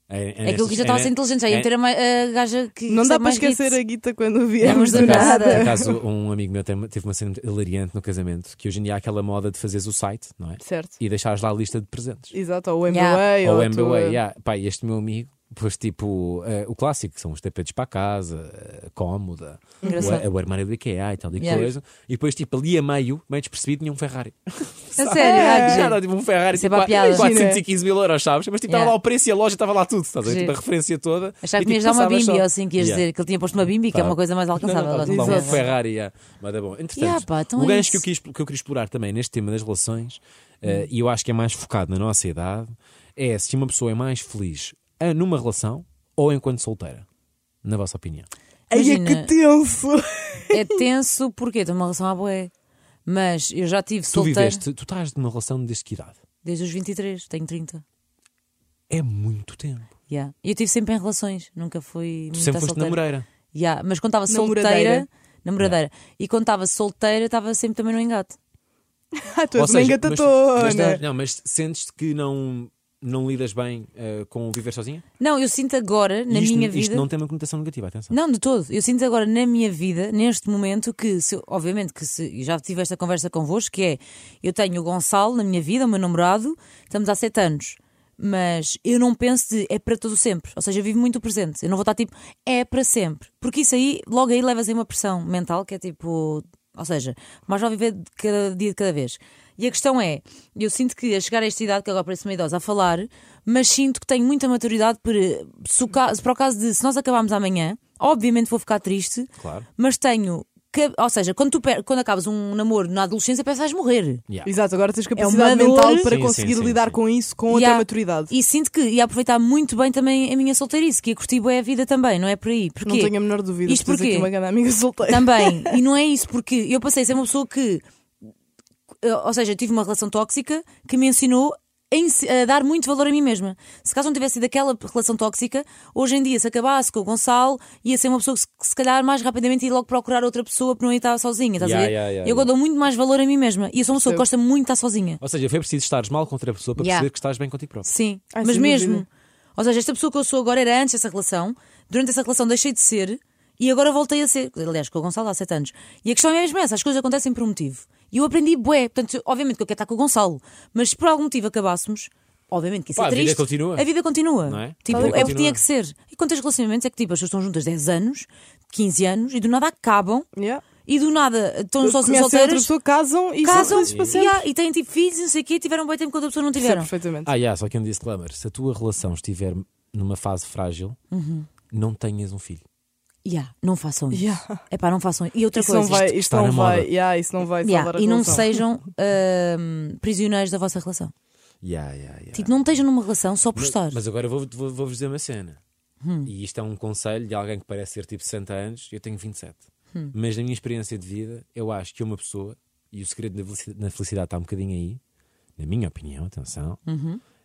Speaker 3: É, é
Speaker 1: Aquilo que
Speaker 3: nestas-
Speaker 1: já estava
Speaker 3: é-
Speaker 1: a ser inteligente, já iam
Speaker 3: é-
Speaker 1: ter a, ma- a gaja que.
Speaker 2: Não dá
Speaker 1: recebe
Speaker 2: para
Speaker 1: mais
Speaker 2: esquecer
Speaker 1: hits.
Speaker 2: a guita quando viemos
Speaker 1: Não,
Speaker 2: do
Speaker 1: mas
Speaker 3: Por acaso-
Speaker 2: nada.
Speaker 1: É nada.
Speaker 3: Por acaso, um amigo meu tem- teve uma cena muito hilariante no casamento, que hoje em dia há aquela moda de fazeres o site, não é?
Speaker 2: Certo.
Speaker 3: E deixares lá a lista de presentes.
Speaker 2: Exato, ou o MBA.
Speaker 1: Yeah.
Speaker 3: Ou
Speaker 2: a
Speaker 3: MBA,
Speaker 2: tua-
Speaker 1: é.
Speaker 3: yeah. Pá, e este meu amigo pôs tipo eh, o clássico, que são os tapetes para a casa, a cómoda,
Speaker 1: Engraçado.
Speaker 3: o, o armário do IKEA e tal, de
Speaker 1: Yeah.
Speaker 3: coisa. E depois, tipo, ali a meio, meio despercebido, tinha um Ferrari.
Speaker 1: A sério,
Speaker 2: É.
Speaker 1: ah, que
Speaker 3: Já
Speaker 1: giro.
Speaker 3: dá tipo um Ferrari
Speaker 1: Isso é
Speaker 3: tipo,
Speaker 1: para a piada.
Speaker 3: 415 mil euros, sabes? Mas tipo, estava
Speaker 1: Yeah.
Speaker 3: lá o preço e a loja estava lá tudo, estás a ver?
Speaker 1: Giro.
Speaker 3: Tipo, a referência toda.
Speaker 1: Achava
Speaker 3: E,
Speaker 1: que tinhas
Speaker 3: tipo,
Speaker 1: dar uma
Speaker 3: passavas
Speaker 1: bimbi,
Speaker 3: só-
Speaker 1: ou assim, que ias
Speaker 3: Yeah.
Speaker 1: dizer que ele tinha posto uma bimbi, que é
Speaker 3: Tá.
Speaker 1: uma coisa mais alcançável.
Speaker 3: Não, não,
Speaker 1: Agora
Speaker 3: tá,
Speaker 2: lá,
Speaker 1: não
Speaker 3: um
Speaker 1: sei.
Speaker 3: Ferrari, yeah. mas é bom. Entretanto,
Speaker 1: Yeah, pá, então
Speaker 3: o
Speaker 1: é isso.
Speaker 3: gancho
Speaker 1: Hum.
Speaker 3: que eu, quis, que eu queria explorar também neste tema das relações, eh, e eu acho que é mais focado na nossa idade, é se uma pessoa é mais feliz eh, numa relação ou enquanto solteira. Na vossa opinião.
Speaker 2: Ai, é
Speaker 1: Imagina.
Speaker 2: que tenso!
Speaker 1: É tenso, porque estou numa relação à boé. Mas eu já tive
Speaker 3: Tu
Speaker 1: solteiro
Speaker 3: viveste, tu estás numa relação desde que idade?
Speaker 1: desde os 23, tenho 30.
Speaker 3: É muito tempo.
Speaker 1: Yeah. E Eu estive sempre em relações, nunca fui.
Speaker 3: Tu sempre foste namoreira.
Speaker 1: Yeah, mas quando estava
Speaker 2: Namoradeira.
Speaker 1: solteira. Namoradeira. E quando estava solteira, estava sempre também no engate.
Speaker 2: Ah, tu és uma
Speaker 3: seja, mas tu- mas,
Speaker 2: engatatona!
Speaker 3: não, mas sentes que não, não lidas bem eh, com o viver sozinha?
Speaker 1: Não, eu sinto agora, na
Speaker 3: E isto,
Speaker 1: minha
Speaker 3: isto
Speaker 1: vida.
Speaker 3: não tem uma conotação negativa, atenção.
Speaker 1: Não, de todo. Eu sinto agora na minha vida, neste momento, que, se, obviamente, que se, e já tive esta conversa convosco, que é: eu tenho o Gonçalo na minha vida, o meu namorado, estamos há sete anos. Mas eu não penso de é para todo sempre. Ou seja, eu vivo muito o presente. Eu não vou estar tipo, é para sempre. Porque isso aí, logo aí, levas aí uma pressão mental que é tipo. Ou seja, mais vale viver de cada dia de cada vez. E a questão é: eu sinto que a chegar a esta idade, que agora parece uma idosa a falar, mas sinto que tenho muita maturidade para, se, o ca- se para o caso de se nós acabarmos amanhã, obviamente vou ficar triste,
Speaker 3: Claro.
Speaker 1: mas tenho. que- Ou seja, quando, tu per- quando acabas um namoro na adolescência, pensas vais morrer.
Speaker 3: Yeah.
Speaker 2: Exato, agora tens
Speaker 1: É uma
Speaker 2: capacidade
Speaker 1: dor.
Speaker 2: mental para
Speaker 3: Sim,
Speaker 2: conseguir
Speaker 3: sim, sim,
Speaker 2: lidar
Speaker 3: sim.
Speaker 2: com isso com
Speaker 1: E
Speaker 2: outra
Speaker 1: há-
Speaker 2: maturidade.
Speaker 1: E sinto que ia aproveitar muito bem também a minha solteirice, que a curtir bem a vida também, não é por aí. Porquê?
Speaker 2: Não tenho a menor dúvida.
Speaker 1: Isto
Speaker 2: tu tens
Speaker 1: porquê?
Speaker 2: aqui uma grande amiga solteira.
Speaker 1: Também, e não é isso, porque eu passei a ser uma pessoa que. eh, Ou seja, eu tive uma relação tóxica que me ensinou a ens- a dar muito valor a mim mesma. Se caso não tivesse sido aquela relação tóxica, hoje em dia, se acabasse com o Gonçalo, ia ser uma pessoa que se- que se calhar mais rapidamente ia logo procurar outra pessoa para não ir estar sozinha. Estás
Speaker 3: Yeah,
Speaker 1: a ver?
Speaker 3: yeah, yeah,
Speaker 1: eu agora
Speaker 3: yeah.
Speaker 1: dou muito mais valor a mim mesma. E eu sou uma pessoa que gosta muito de estar sozinha.
Speaker 3: Ou seja, foi preciso estares mal com outra pessoa para
Speaker 1: Yeah.
Speaker 3: perceber que estás bem contigo próprio.
Speaker 1: Sim,
Speaker 2: Ai,
Speaker 1: mas
Speaker 2: Ah, sem
Speaker 1: mesmo.
Speaker 2: dúvida.
Speaker 1: Ou seja, esta pessoa que eu sou agora era antes dessa relação, durante essa relação deixei de ser e agora voltei a ser. Aliás, com o Gonçalo há 7 anos. E a questão é mesmo essa: as coisas acontecem por um motivo. E eu aprendi, bué, portanto, obviamente que eu quero estar com o Gonçalo, mas se por algum motivo acabássemos. Obviamente que isso
Speaker 3: Pá,
Speaker 1: é
Speaker 3: a vida
Speaker 1: triste.
Speaker 3: continua.
Speaker 1: A vida continua.
Speaker 3: Não é?
Speaker 1: Tipo, é
Speaker 3: A vida
Speaker 1: o que
Speaker 3: continua.
Speaker 1: tinha que ser. E quantos relacionamentos é que tipo, as pessoas estão juntas 10 anos, 15 anos e do nada acabam
Speaker 2: Yeah.
Speaker 1: e do nada estão só
Speaker 2: Conhecem outra
Speaker 1: solteiras,
Speaker 2: pessoa, casam e
Speaker 1: casam
Speaker 2: são felizes para
Speaker 1: e-
Speaker 2: sempre. é
Speaker 1: e têm tipo filhos e não sei o quê, tiveram um bom tempo que outra pessoa não
Speaker 2: Percebo
Speaker 1: tiveram.
Speaker 2: perfeitamente.
Speaker 3: Ah, yeah, só que um disclaimer: se a tua relação estiver numa fase frágil, não tenhas um filho.
Speaker 1: Yeah, não façam isso.
Speaker 2: Yeah.
Speaker 1: Epá, não façam isso. E outra
Speaker 2: Isso não
Speaker 1: coisa.
Speaker 2: vai,
Speaker 3: isto
Speaker 2: isto
Speaker 3: está
Speaker 2: não
Speaker 3: na moda.
Speaker 2: vai, yeah, isso não vai
Speaker 1: Yeah,
Speaker 2: salvar a
Speaker 1: e não
Speaker 2: relação.
Speaker 1: sejam ahm, prisioneiros da vossa relação.
Speaker 3: Yeah, yeah, yeah.
Speaker 1: Tipo, não estejam numa relação só por estar.
Speaker 3: Mas agora vou- vou- vou-vos dizer uma cena. E isto é um conselho de alguém que parece ter tipo 60 anos, eu tenho 27. Mas na minha experiência de vida, eu acho que uma pessoa, e o segredo da felici- na felicidade está um bocadinho aí, na minha opinião, atenção,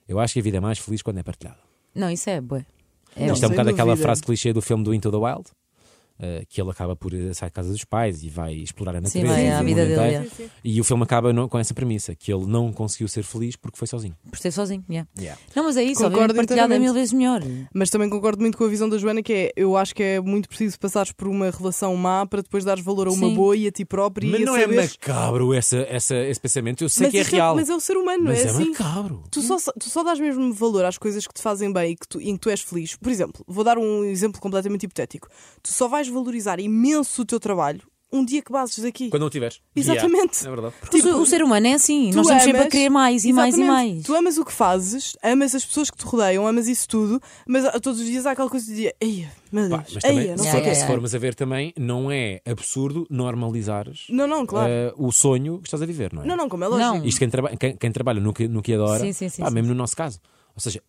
Speaker 3: eu acho que a vida é mais feliz quando é partilhada.
Speaker 1: Não, isso é bué. É
Speaker 2: Não,
Speaker 3: Isto é
Speaker 2: sem
Speaker 3: um bocado aquela
Speaker 2: dúvida.
Speaker 3: frase clichê do filme do Into the Wild, eh, que ele acaba por eh, sair de casa dos pais e vai explorar a
Speaker 1: Sim,
Speaker 3: natureza.
Speaker 1: vai
Speaker 3: e o
Speaker 1: à
Speaker 3: mundo
Speaker 1: vida dele,
Speaker 3: inteiro.
Speaker 1: yeah.
Speaker 3: E o filme acaba no- com essa premissa, que ele não conseguiu ser feliz porque foi sozinho.
Speaker 1: por ser sozinho. yeah.
Speaker 3: Yeah.
Speaker 1: Não, mas é isso.
Speaker 2: Concordo
Speaker 1: obviamente, partilhado é mil
Speaker 2: inteiramente.
Speaker 1: vezes melhor.
Speaker 2: Mas também concordo muito com a visão da Joana, que é eu acho que é muito preciso passares por uma relação má para depois dares valor a uma
Speaker 1: Sim.
Speaker 2: boa e a ti própria
Speaker 3: Mas
Speaker 2: e a
Speaker 3: não é
Speaker 2: saberes-
Speaker 3: macabro essa, essa, esse pensamento, eu sei
Speaker 2: mas
Speaker 3: que é
Speaker 2: isto
Speaker 3: real.
Speaker 2: Mas é o ser humano,
Speaker 3: Mas
Speaker 2: é,
Speaker 3: é
Speaker 2: assim.
Speaker 3: macabro.
Speaker 2: Tu só, tu só dás mesmo valor às coisas que te fazem bem e, que tu, em que tu és feliz. Por exemplo, vou dar um exemplo completamente hipotético. Tu só vais valorizar imenso o teu trabalho um dia que bases daqui.
Speaker 3: Quando não tiveres.
Speaker 2: Exatamente.
Speaker 3: Yeah, é verdade.
Speaker 1: Porque o ser humano é assim.
Speaker 2: Tipo, Tu
Speaker 1: Nós estamos sempre a
Speaker 2: amas-
Speaker 1: querer mais e mais e
Speaker 2: Exatamente.
Speaker 1: mais.
Speaker 2: Tu amas o que fazes, amas as pessoas que te rodeiam, amas isso tudo, mas ah, todos os dias há aquela coisa de dia, eia, meu
Speaker 3: Pá,
Speaker 2: Deus,
Speaker 3: mas
Speaker 2: eia,
Speaker 3: também,
Speaker 2: não
Speaker 3: se,
Speaker 1: sei
Speaker 3: for-
Speaker 1: o quê.
Speaker 3: se formos a ver também, não é absurdo normalizares
Speaker 2: Não, não, claro.
Speaker 3: eh, o sonho que estás a viver, não é?
Speaker 2: Não, não, como é lógico.
Speaker 1: Não.
Speaker 3: Isto quem, traba- quem- quem trabalha no que, no que adora,
Speaker 1: Sim, sim, sim,
Speaker 3: pá,
Speaker 1: sim,
Speaker 3: mesmo no nosso caso. Ou seja,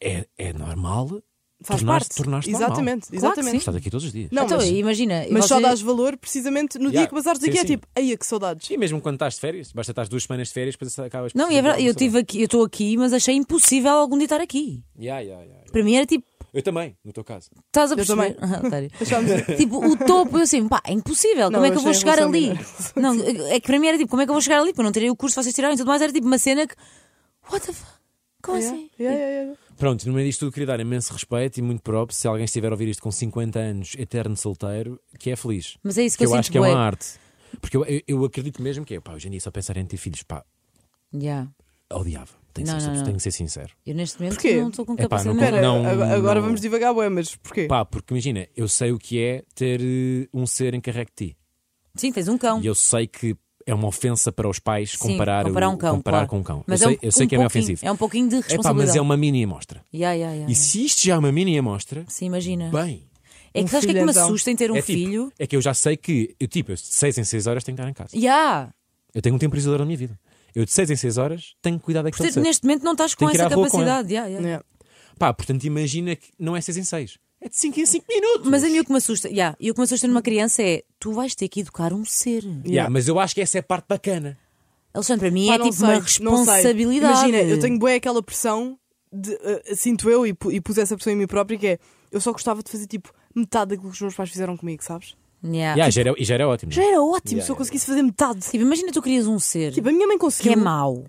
Speaker 3: é, é normal
Speaker 2: Faz
Speaker 3: Tornaste-
Speaker 2: parte.
Speaker 3: tornaste normal.
Speaker 2: exatamente,
Speaker 1: Claro que
Speaker 2: exatamente.
Speaker 1: sim.
Speaker 3: Estás aqui todos os dias.
Speaker 2: Não,
Speaker 1: então,
Speaker 2: mas-
Speaker 1: imagina.
Speaker 2: Mas só
Speaker 1: você-
Speaker 2: dás valor precisamente no
Speaker 3: Yeah.
Speaker 2: dia que bazares daqui
Speaker 3: Sim,
Speaker 2: é
Speaker 3: sim.
Speaker 2: tipo, ai que saudades.
Speaker 3: E mesmo quando estás de férias, basta estar duas semanas de férias, depois acabas por
Speaker 1: Não, e é
Speaker 3: perceber
Speaker 1: verdade, eu
Speaker 3: alguma
Speaker 1: estive aqui, eu estou aqui, mas achei impossível algum dia estar aqui.
Speaker 3: coisa. Yeah, yeah, yeah, yeah.
Speaker 1: Para mim era tipo,
Speaker 3: Eu também, no teu caso.
Speaker 1: estás a
Speaker 2: Eu também.
Speaker 1: perceber? Ah, otário.
Speaker 2: Achámos-
Speaker 1: tipo, o topo, eu assim, pá, é impossível,
Speaker 2: Não,
Speaker 1: como é que
Speaker 2: eu
Speaker 1: eu vou
Speaker 2: achei
Speaker 1: chegar
Speaker 2: a
Speaker 1: ali?
Speaker 2: relação
Speaker 1: Não, é que para mim era tipo, como é que eu vou chegar ali? Porque eu não terei o curso, vocês tiraram e tudo mais, era tipo uma cena que. What the fuck? Como
Speaker 2: Yeah,
Speaker 1: assim?
Speaker 2: yeah, yeah, yeah.
Speaker 3: Pronto, no meio disto tudo, queria dar imenso respeito e muito props. Se alguém estiver a ouvir isto com 50 anos, eterno solteiro, que é feliz.
Speaker 1: Mas é isso que
Speaker 3: Porque
Speaker 1: eu
Speaker 3: eu
Speaker 1: sinto
Speaker 3: acho que é
Speaker 1: bué.
Speaker 3: uma arte. Porque eu, eu- eu acredito mesmo que é, pá, hoje em dia só pensar em ter filhos, pá,
Speaker 1: Yeah.
Speaker 3: odiava. Tenho, que
Speaker 1: Não,
Speaker 3: ser,
Speaker 1: não, não.
Speaker 3: tenho que ser sincero.
Speaker 1: Eu neste momento
Speaker 2: Porquê?
Speaker 1: não estou com
Speaker 3: Epá,
Speaker 1: capacidade.
Speaker 3: não-
Speaker 2: Espera,
Speaker 3: não-
Speaker 2: ag- agora
Speaker 3: não.
Speaker 2: vamos divagar, bué, mas porquê?
Speaker 3: Pá, porque imagina, eu sei o que é ter eh, um ser encarregue de ti.
Speaker 1: Sim, tens um cão.
Speaker 3: E eu sei que é uma ofensa para os pais
Speaker 1: Sim,
Speaker 3: comparar, o-
Speaker 1: comparar um cão.
Speaker 3: comparar
Speaker 1: claro.
Speaker 3: com um cão.
Speaker 1: Mas
Speaker 3: eu sei,
Speaker 1: é um,
Speaker 3: eu sei
Speaker 1: um
Speaker 3: que é meio
Speaker 1: pouquinho-
Speaker 3: ofensivo.
Speaker 1: É um pouquinho de
Speaker 3: É pá, mas
Speaker 1: responsabilidade.
Speaker 3: é uma mini amostra.
Speaker 1: Yeah, yeah, yeah,
Speaker 3: E
Speaker 1: yeah.
Speaker 3: se isto já é uma mini amostra,
Speaker 1: Sim, imagina.
Speaker 3: bem.
Speaker 1: é
Speaker 2: Um
Speaker 1: que sabes o que é que me
Speaker 2: filho, então.
Speaker 1: assusta em ter um
Speaker 3: é, tipo,
Speaker 1: filho?
Speaker 3: é que eu já sei que, eu, tipo, eu de 6 em 6 horas tenho que estar em casa.
Speaker 1: Yeah.
Speaker 3: Eu tenho um temporizador na minha vida. Eu de 6 em 6 horas tenho que cuidar daquele
Speaker 1: Portanto,
Speaker 3: ser.
Speaker 1: neste momento não estás com
Speaker 3: Tem que ir
Speaker 1: essa
Speaker 3: à rua com
Speaker 1: capacidade. yeah, yeah.
Speaker 2: Yeah.
Speaker 3: Pá, portanto, imagina que não é 6 em 6. É de 5 em 5 minutos.
Speaker 1: Mas a mim o que me assusta, yeah, e o que me assusta numa criança é tu vais ter que educar um ser.
Speaker 3: Yeah, mas eu acho que essa é a parte bacana.
Speaker 1: Alexandre, para mim
Speaker 2: Pá,
Speaker 1: é
Speaker 2: não
Speaker 1: tipo
Speaker 2: sei,
Speaker 1: uma
Speaker 2: não sei.
Speaker 1: responsabilidade.
Speaker 2: Imagina, eu tenho bué aquela pressão, de, eh, sinto eu e, pu- e pus essa pressão em mim própria, que é eu só gostava de fazer tipo metade daquilo que os meus pais fizeram comigo, sabes?
Speaker 1: Yeah.
Speaker 3: Yeah, já era- e já era ótimo. é?
Speaker 2: Já era ótimo
Speaker 3: Yeah,
Speaker 2: se eu
Speaker 3: yeah,
Speaker 2: conseguisse fazer metade.
Speaker 1: Tipo, imagina tu crias um ser
Speaker 2: Tipo, a minha mãe
Speaker 1: que
Speaker 2: conseguiu.
Speaker 1: é mau.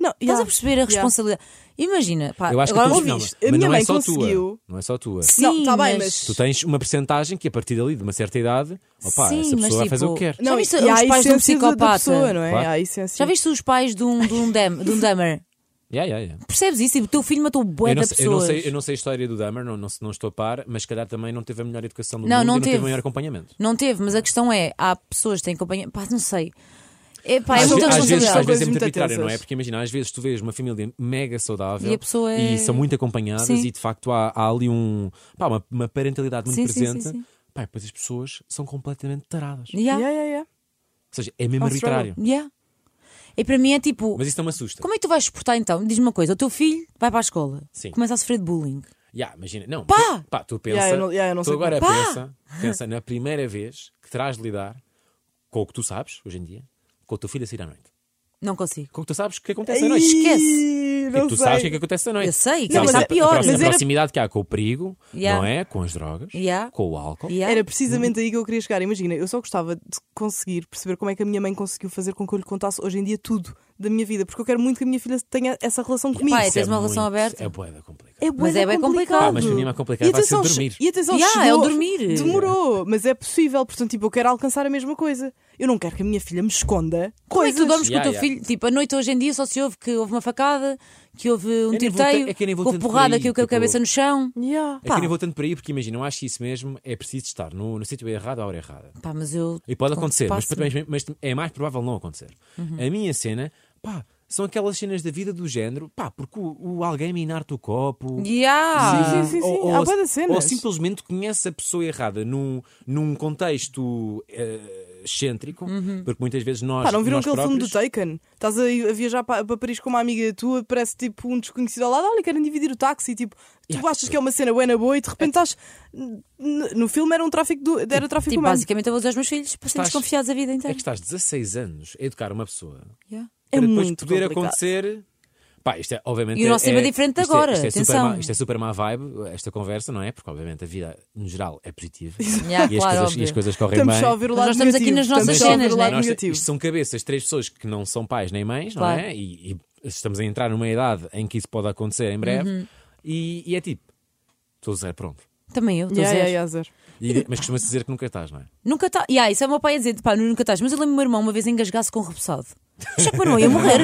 Speaker 2: Não,
Speaker 1: Estás
Speaker 2: yeah.
Speaker 1: a perceber a
Speaker 2: Yeah.
Speaker 1: responsabilidade? Imagina, pá,
Speaker 3: Eu acho
Speaker 1: Ah, agora
Speaker 3: que tu,
Speaker 2: ouvi
Speaker 1: ouvi-
Speaker 3: não,
Speaker 2: isto. A
Speaker 3: mas
Speaker 2: minha
Speaker 3: não
Speaker 2: mãe
Speaker 3: é só
Speaker 2: conseguiu.
Speaker 3: tua. Não é só tua.
Speaker 1: Sim,
Speaker 2: Não, tá bem, mas-
Speaker 3: Tu tens uma percentagem que a partir dali, de uma certa idade, opá,
Speaker 1: Sim,
Speaker 3: essa
Speaker 1: mas,
Speaker 3: pessoa vai fazer o
Speaker 1: tipo,
Speaker 3: que quer.
Speaker 1: Já
Speaker 2: Não,
Speaker 1: viste
Speaker 2: e há
Speaker 1: os pais de um
Speaker 2: essência da- Da
Speaker 1: psicopata?
Speaker 2: pessoa, não é?
Speaker 3: Claro.
Speaker 2: Há essência.
Speaker 1: Já viste os pais de um, de um, dem, de um Dummer?
Speaker 3: Yeah, yeah, yeah.
Speaker 1: Percebes isso? Tipo, o teu filho matou bué
Speaker 3: Eu,
Speaker 1: de
Speaker 3: não sei, eu, não
Speaker 1: pessoas.
Speaker 3: sei, eu não sei a história do Dahmer, não, não, se- não estou a par, mas se calhar também não teve a melhor educação do
Speaker 1: Não,
Speaker 3: mundo
Speaker 1: não
Speaker 3: e não teve
Speaker 1: teve.
Speaker 3: o melhor acompanhamento.
Speaker 1: Não teve, mas a questão é: há pessoas que têm companhia. Pá, não sei. É, pá, é muita
Speaker 3: Às, ve- às vezes, às
Speaker 1: responsabilidade.
Speaker 3: vezes é
Speaker 2: Coisas muito
Speaker 3: muito arbitrário, não é?
Speaker 2: tensas.
Speaker 3: Porque imagina, às vezes tu vês uma família mega saudável
Speaker 1: E a pessoa é-
Speaker 3: e são muito acompanhadas
Speaker 1: Sim.
Speaker 3: e de facto há, há ali um, pá, uma, uma parentalidade muito
Speaker 1: Sim, sim,
Speaker 3: presente.
Speaker 1: sim, sim.
Speaker 3: Pá, e depois as pessoas são completamente taradas. Ou
Speaker 1: Yeah,
Speaker 2: Yeah, yeah, yeah.
Speaker 3: seja, é mesmo
Speaker 2: Oh,
Speaker 3: arbitrário.
Speaker 1: yeah. E para mim é tipo:
Speaker 3: Mas isso não me assusta.
Speaker 1: como é que tu vais suportar então? Diz-me uma coisa: o teu filho vai para a escola,
Speaker 3: Sim.
Speaker 1: começa a sofrer de bullying.
Speaker 3: Yeah, imagina, não.
Speaker 1: Pá!
Speaker 3: Tu, pá, tu pensa,
Speaker 2: Yeah, eu não- yeah, eu não
Speaker 3: tu
Speaker 2: sei
Speaker 3: agora
Speaker 1: como. Pá!
Speaker 3: pensa, pensa na primeira vez que terás de lidar com o que tu sabes hoje em dia, com o teu filho a sair à noite.
Speaker 1: Não consigo.
Speaker 3: Com o que tu sabes que acontece à noite.
Speaker 1: Ih,
Speaker 2: Esquece.
Speaker 3: Tipo, tu sabes o que é que acontece à noite.
Speaker 1: Eu sei, que
Speaker 2: Não,
Speaker 1: vai
Speaker 2: mas
Speaker 1: estar
Speaker 2: é-
Speaker 1: pior.
Speaker 3: A,
Speaker 2: Mas era-
Speaker 3: proximidade que há com o perigo,
Speaker 1: Yeah.
Speaker 3: não é? Com as drogas,
Speaker 1: Yeah.
Speaker 3: com o álcool.
Speaker 1: Yeah.
Speaker 2: Era precisamente aí que eu queria chegar. Imagina, eu só gostava de conseguir perceber como é que a minha mãe conseguiu fazer com que eu lhe contasse hoje em dia tudo da minha vida, porque eu quero muito que a minha filha tenha essa relação comigo.
Speaker 1: Pai,
Speaker 3: Isso
Speaker 1: tens uma relação
Speaker 3: muito-
Speaker 1: aberta?
Speaker 3: É boeda complicada.
Speaker 2: É
Speaker 1: Mas é bem complicado.
Speaker 3: Pá, mas para mim é mais complicado,
Speaker 2: E
Speaker 3: vai ser
Speaker 2: atenção,
Speaker 3: dormir.
Speaker 2: E atenção,
Speaker 1: Yeah, é
Speaker 2: chegou-
Speaker 1: o dormir.
Speaker 2: Demorou, mas é possível. Portanto, tipo, eu quero alcançar a mesma coisa. Eu não quero que a minha filha me esconda
Speaker 1: Como é
Speaker 2: coisas.
Speaker 1: que tu dormes com o
Speaker 3: Yeah,
Speaker 1: teu
Speaker 3: yeah.
Speaker 1: filho? Tipo, a noite hoje em dia só se ouve que houve uma facada, que houve um
Speaker 3: nem vou
Speaker 1: tiroteio,
Speaker 3: tanto- é que eu nem vou
Speaker 1: houve
Speaker 3: tanto por
Speaker 1: porrada,
Speaker 3: aí,
Speaker 1: que eu com a
Speaker 3: tipo-
Speaker 1: cabeça no chão.
Speaker 2: Yeah.
Speaker 3: É
Speaker 1: Pá.
Speaker 3: que nem vou tanto por aí, porque imagina, eu acho que isso mesmo é preciso estar no, no sítio errado à hora errada.
Speaker 1: Pá, mas eu.
Speaker 3: E pode acontecer, mas,
Speaker 1: Passa-me.
Speaker 3: mas- mas é mais provável não acontecer.
Speaker 2: Uhum.
Speaker 3: A minha cena, pá, são aquelas cenas da vida do género, pá, porque o, o alguém minar-te o copo.
Speaker 1: Yeah.
Speaker 2: Sim, sim, sim.
Speaker 3: Ou,
Speaker 2: Há
Speaker 3: ou-
Speaker 2: bué de cenas.
Speaker 3: ou simplesmente conhece a pessoa errada num, num contexto eh, excêntrico, porque muitas vezes nós.
Speaker 2: Uhum. Pá, não viram
Speaker 3: nós
Speaker 2: aquele filme do
Speaker 3: próprios-
Speaker 2: Taken? Estás a, a viajar pa- para, Paris com uma amiga tua, parece tipo um desconhecido ao lado, olha, querem dividir o táxi. Tipo, tu achas que é uma cena buena boa e de repente
Speaker 3: É.
Speaker 2: estás. n- No filme era um tráfico, do, era tráfico
Speaker 1: Tipo,
Speaker 2: humano.
Speaker 1: basicamente eu vou dizer aos meus filhos para serem
Speaker 3: Estás-
Speaker 1: desconfiados a vida
Speaker 3: É
Speaker 1: inteira.
Speaker 3: que estás 16 anos a educar uma pessoa
Speaker 1: Yeah.
Speaker 2: É
Speaker 3: para depois
Speaker 2: muito
Speaker 3: poder
Speaker 2: complicado.
Speaker 3: acontecer. Pá, isto é, obviamente.
Speaker 1: E o nosso
Speaker 3: é,
Speaker 1: tempo é diferente de
Speaker 3: isto
Speaker 1: agora,
Speaker 3: Isto é, super
Speaker 1: atenção.
Speaker 3: má, isto é super má vibe, esta conversa, não é? Porque, obviamente, a vida no geral é positiva.
Speaker 1: Yeah,
Speaker 3: e,
Speaker 1: claro,
Speaker 3: as coisas,
Speaker 1: óbvio.
Speaker 3: e as coisas correm
Speaker 2: Estamos
Speaker 3: bem.
Speaker 2: só a ver o
Speaker 1: Mas
Speaker 2: lado
Speaker 1: nós estamos aqui nas
Speaker 2: negativo.
Speaker 1: nossas
Speaker 2: Estamos só a ver
Speaker 1: cenas,
Speaker 2: o lado
Speaker 1: né?
Speaker 3: Nós-
Speaker 2: negativo.
Speaker 3: isto são cabeças, três pessoas que não são pais nem mães,
Speaker 1: Claro.
Speaker 3: não é? E, e estamos a entrar numa idade em que isso pode acontecer em breve.
Speaker 1: Uhum.
Speaker 3: E, e é tipo, estou zero pronto.
Speaker 1: Também eu, estou
Speaker 2: Yeah,
Speaker 1: a
Speaker 2: yeah,
Speaker 3: é.
Speaker 1: zero.
Speaker 2: yeah, zero.
Speaker 3: E- mas costuma-se dizer que nunca estás, não é?
Speaker 1: Nunca está. Yeah, isso é o meu pai a dizer, pá, nunca estás. Mas eu lembro o meu irmão uma vez engasgar-se com um repousado. Já que o meu irmão ia morrer.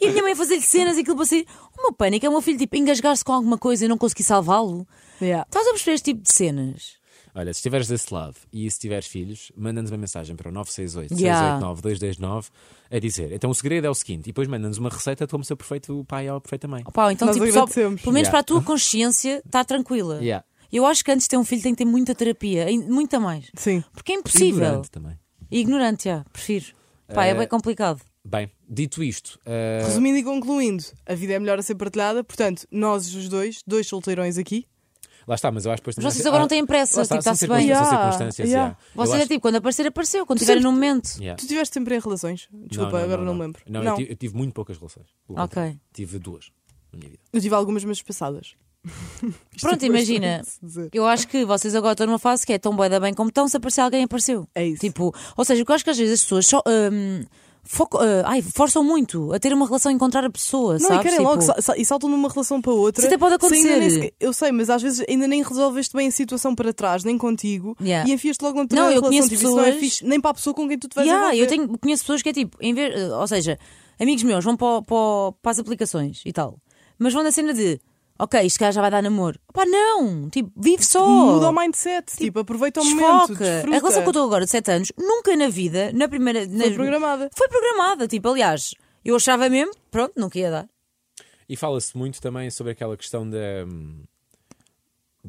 Speaker 1: E a minha mãe a fazer-lhe cenas e aquilo para sair. O meu pânico é o meu filho, tipo, engasgar-se com alguma coisa e não conseguir salvá-lo.
Speaker 2: Yeah.
Speaker 1: Estás a perceber este tipo de cenas?
Speaker 3: Olha, se estiveres desse lado e se tiveres filhos, manda-nos uma mensagem para o 968
Speaker 1: Yeah.
Speaker 3: 689 229 a dizer. Então o segredo é o seguinte, e depois manda-nos uma receita de como ser perfeito pai ou a perfeita mãe.
Speaker 1: Pá, então,
Speaker 2: Nós
Speaker 1: tipo, só- pelo
Speaker 2: agradecemos.
Speaker 1: menos
Speaker 3: Yeah.
Speaker 1: para a tua consciência estar tranquila.
Speaker 3: Yeah.
Speaker 1: Eu acho que antes de ter um filho tem que ter muita terapia, e muita mais.
Speaker 2: Sim.
Speaker 1: Porque é
Speaker 3: E
Speaker 1: impossível.
Speaker 3: durante também.
Speaker 1: E Ignorante, já, prefiro. Pá, é
Speaker 3: Eh,
Speaker 1: bem complicado.
Speaker 3: Bem, dito isto, eh,
Speaker 2: Resumindo é e concluindo, a vida é melhor a ser partilhada, portanto, nós os dois, dois solteirões aqui,
Speaker 3: Lá está, mas eu acho que depois também-
Speaker 1: vocês agora
Speaker 3: Ah,
Speaker 1: não têm pressa,
Speaker 3: lá está,
Speaker 1: tipo,
Speaker 3: são
Speaker 1: está-se bem.
Speaker 3: circunstâncias, são
Speaker 2: Yeah,
Speaker 3: circunstâncias,
Speaker 2: yeah.
Speaker 3: yeah. Eu
Speaker 1: Vocês é
Speaker 3: acho-
Speaker 1: tipo, quando aparecer, apareceu, quando estiverem
Speaker 2: sempre-
Speaker 1: no momento.
Speaker 3: yeah.
Speaker 2: Tu estiveste sempre em relações? Desculpa,
Speaker 3: É. Não, não,
Speaker 2: agora
Speaker 3: não,
Speaker 2: não, me lembro.
Speaker 3: Não,
Speaker 2: Não,
Speaker 3: Eu, tive, eu tive muito poucas relações. Pelo
Speaker 1: Ok.
Speaker 3: contrário. Tive duas na minha vida.
Speaker 2: eu tive algumas, mas passadas. Isto
Speaker 1: Pronto,
Speaker 2: é uma
Speaker 1: imagina.
Speaker 2: estranho de se dizer.
Speaker 1: Eu acho que vocês agora estão numa fase que é tão bué da bem como estão, se aparecer alguém, apareceu.
Speaker 2: É isso.
Speaker 1: Tipo, ou seja, eu acho que às vezes as pessoas só, hum, foco- ah, ai, forçam muito a ter uma relação, a encontrar a pessoa,
Speaker 2: Não,
Speaker 1: sabes?
Speaker 2: e querem
Speaker 1: Tipo,
Speaker 2: logo sa- sa- e saltam de uma relação para outra.
Speaker 1: Isso até pode
Speaker 2: sem ainda nem
Speaker 1: acontecer.
Speaker 2: sequer- eu sei, mas às vezes ainda nem resolveste bem a situação para trás, nem contigo,
Speaker 1: Yeah.
Speaker 2: e enfias-te logo noutra
Speaker 1: Não, eu
Speaker 2: relação.
Speaker 1: conheço
Speaker 2: tipo, isso não é
Speaker 1: pessoas-
Speaker 2: fixe, nem para a pessoa com quem tu te vais
Speaker 1: Yeah,
Speaker 2: envolver.
Speaker 1: eu tenho, conheço pessoas que é tipo, em vez, eh, ou seja, amigos meus vão para, o- para, o- para as aplicações e tal, mas vão na cena de, ok, isto cá já vai dar namoro. Pá, não! Tipo, vive só!
Speaker 2: Muda o mindset, tipo, aproveita o momento,
Speaker 1: Desfoca.
Speaker 2: desfruta.
Speaker 1: É A relação que eu estou agora de 7 anos, nunca na vida, na primeira.
Speaker 2: Foi programada.
Speaker 1: Foi programada. Tipo, aliás, eu achava mesmo, pronto, nunca ia dar.
Speaker 3: E fala-se muito também sobre aquela questão da. hum,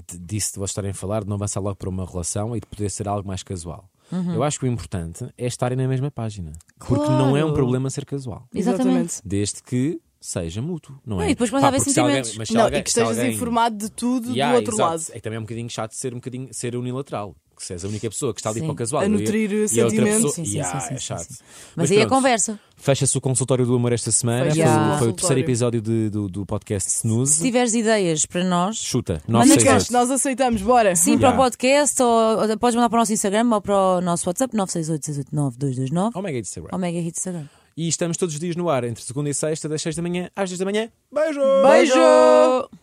Speaker 3: de- disso de vocês estarem a falar, de não avançar logo para uma relação e de poder ser algo mais casual.
Speaker 1: Uhum.
Speaker 3: Eu acho que o importante é estarem na mesma página. Porque não é um
Speaker 1: Claro.
Speaker 3: problema ser casual.
Speaker 1: Exatamente.
Speaker 3: Desde que seja mútuo, não é?
Speaker 1: Não, e depois pode
Speaker 3: Pá,
Speaker 1: haver
Speaker 3: porque se alguém-
Speaker 1: sentimentos.
Speaker 3: mas se
Speaker 2: Não,
Speaker 3: alguém-
Speaker 2: e que
Speaker 3: se
Speaker 2: estejas
Speaker 3: alguém-
Speaker 2: informado de tudo
Speaker 3: Yeah,
Speaker 2: do outro
Speaker 3: exato.
Speaker 2: lado.
Speaker 3: É que também é um bocadinho chato ser um bocadinho ser unilateral. Que se és a única pessoa que está ali
Speaker 1: Sim.
Speaker 3: para o casual
Speaker 2: A
Speaker 3: e-
Speaker 2: nutrir
Speaker 3: e a outra
Speaker 2: sentimentos.
Speaker 3: pessoa.
Speaker 1: Sim, sim,
Speaker 3: Yeah,
Speaker 1: sim, sim,
Speaker 3: é
Speaker 1: sim,
Speaker 3: chato.
Speaker 1: sim. Mas, aí é
Speaker 3: pronto.
Speaker 1: conversa.
Speaker 3: Fecha-se o consultório do amor esta semana.
Speaker 2: Fecha-se
Speaker 3: Foi,
Speaker 1: o
Speaker 3: o- foi o terceiro
Speaker 2: consultório.
Speaker 3: episódio de- do, do podcast
Speaker 1: Se
Speaker 3: Snooze.
Speaker 1: tiveres ideias para nós,
Speaker 3: Chuta,
Speaker 1: Manda
Speaker 2: Podcast,
Speaker 3: 968.
Speaker 2: nós aceitamos, bora.
Speaker 1: sim,
Speaker 3: Yeah.
Speaker 1: para o podcast, ou, ou podes mandar para o nosso Instagram ou para o nosso WhatsApp, 968-689-229,
Speaker 3: Omega Instagram.
Speaker 1: Omega Hit Instagram.
Speaker 3: E estamos todos os dias no ar, entre segunda e sexta, das 6 da manhã às 10 da manhã. Beijo!
Speaker 2: Beijo!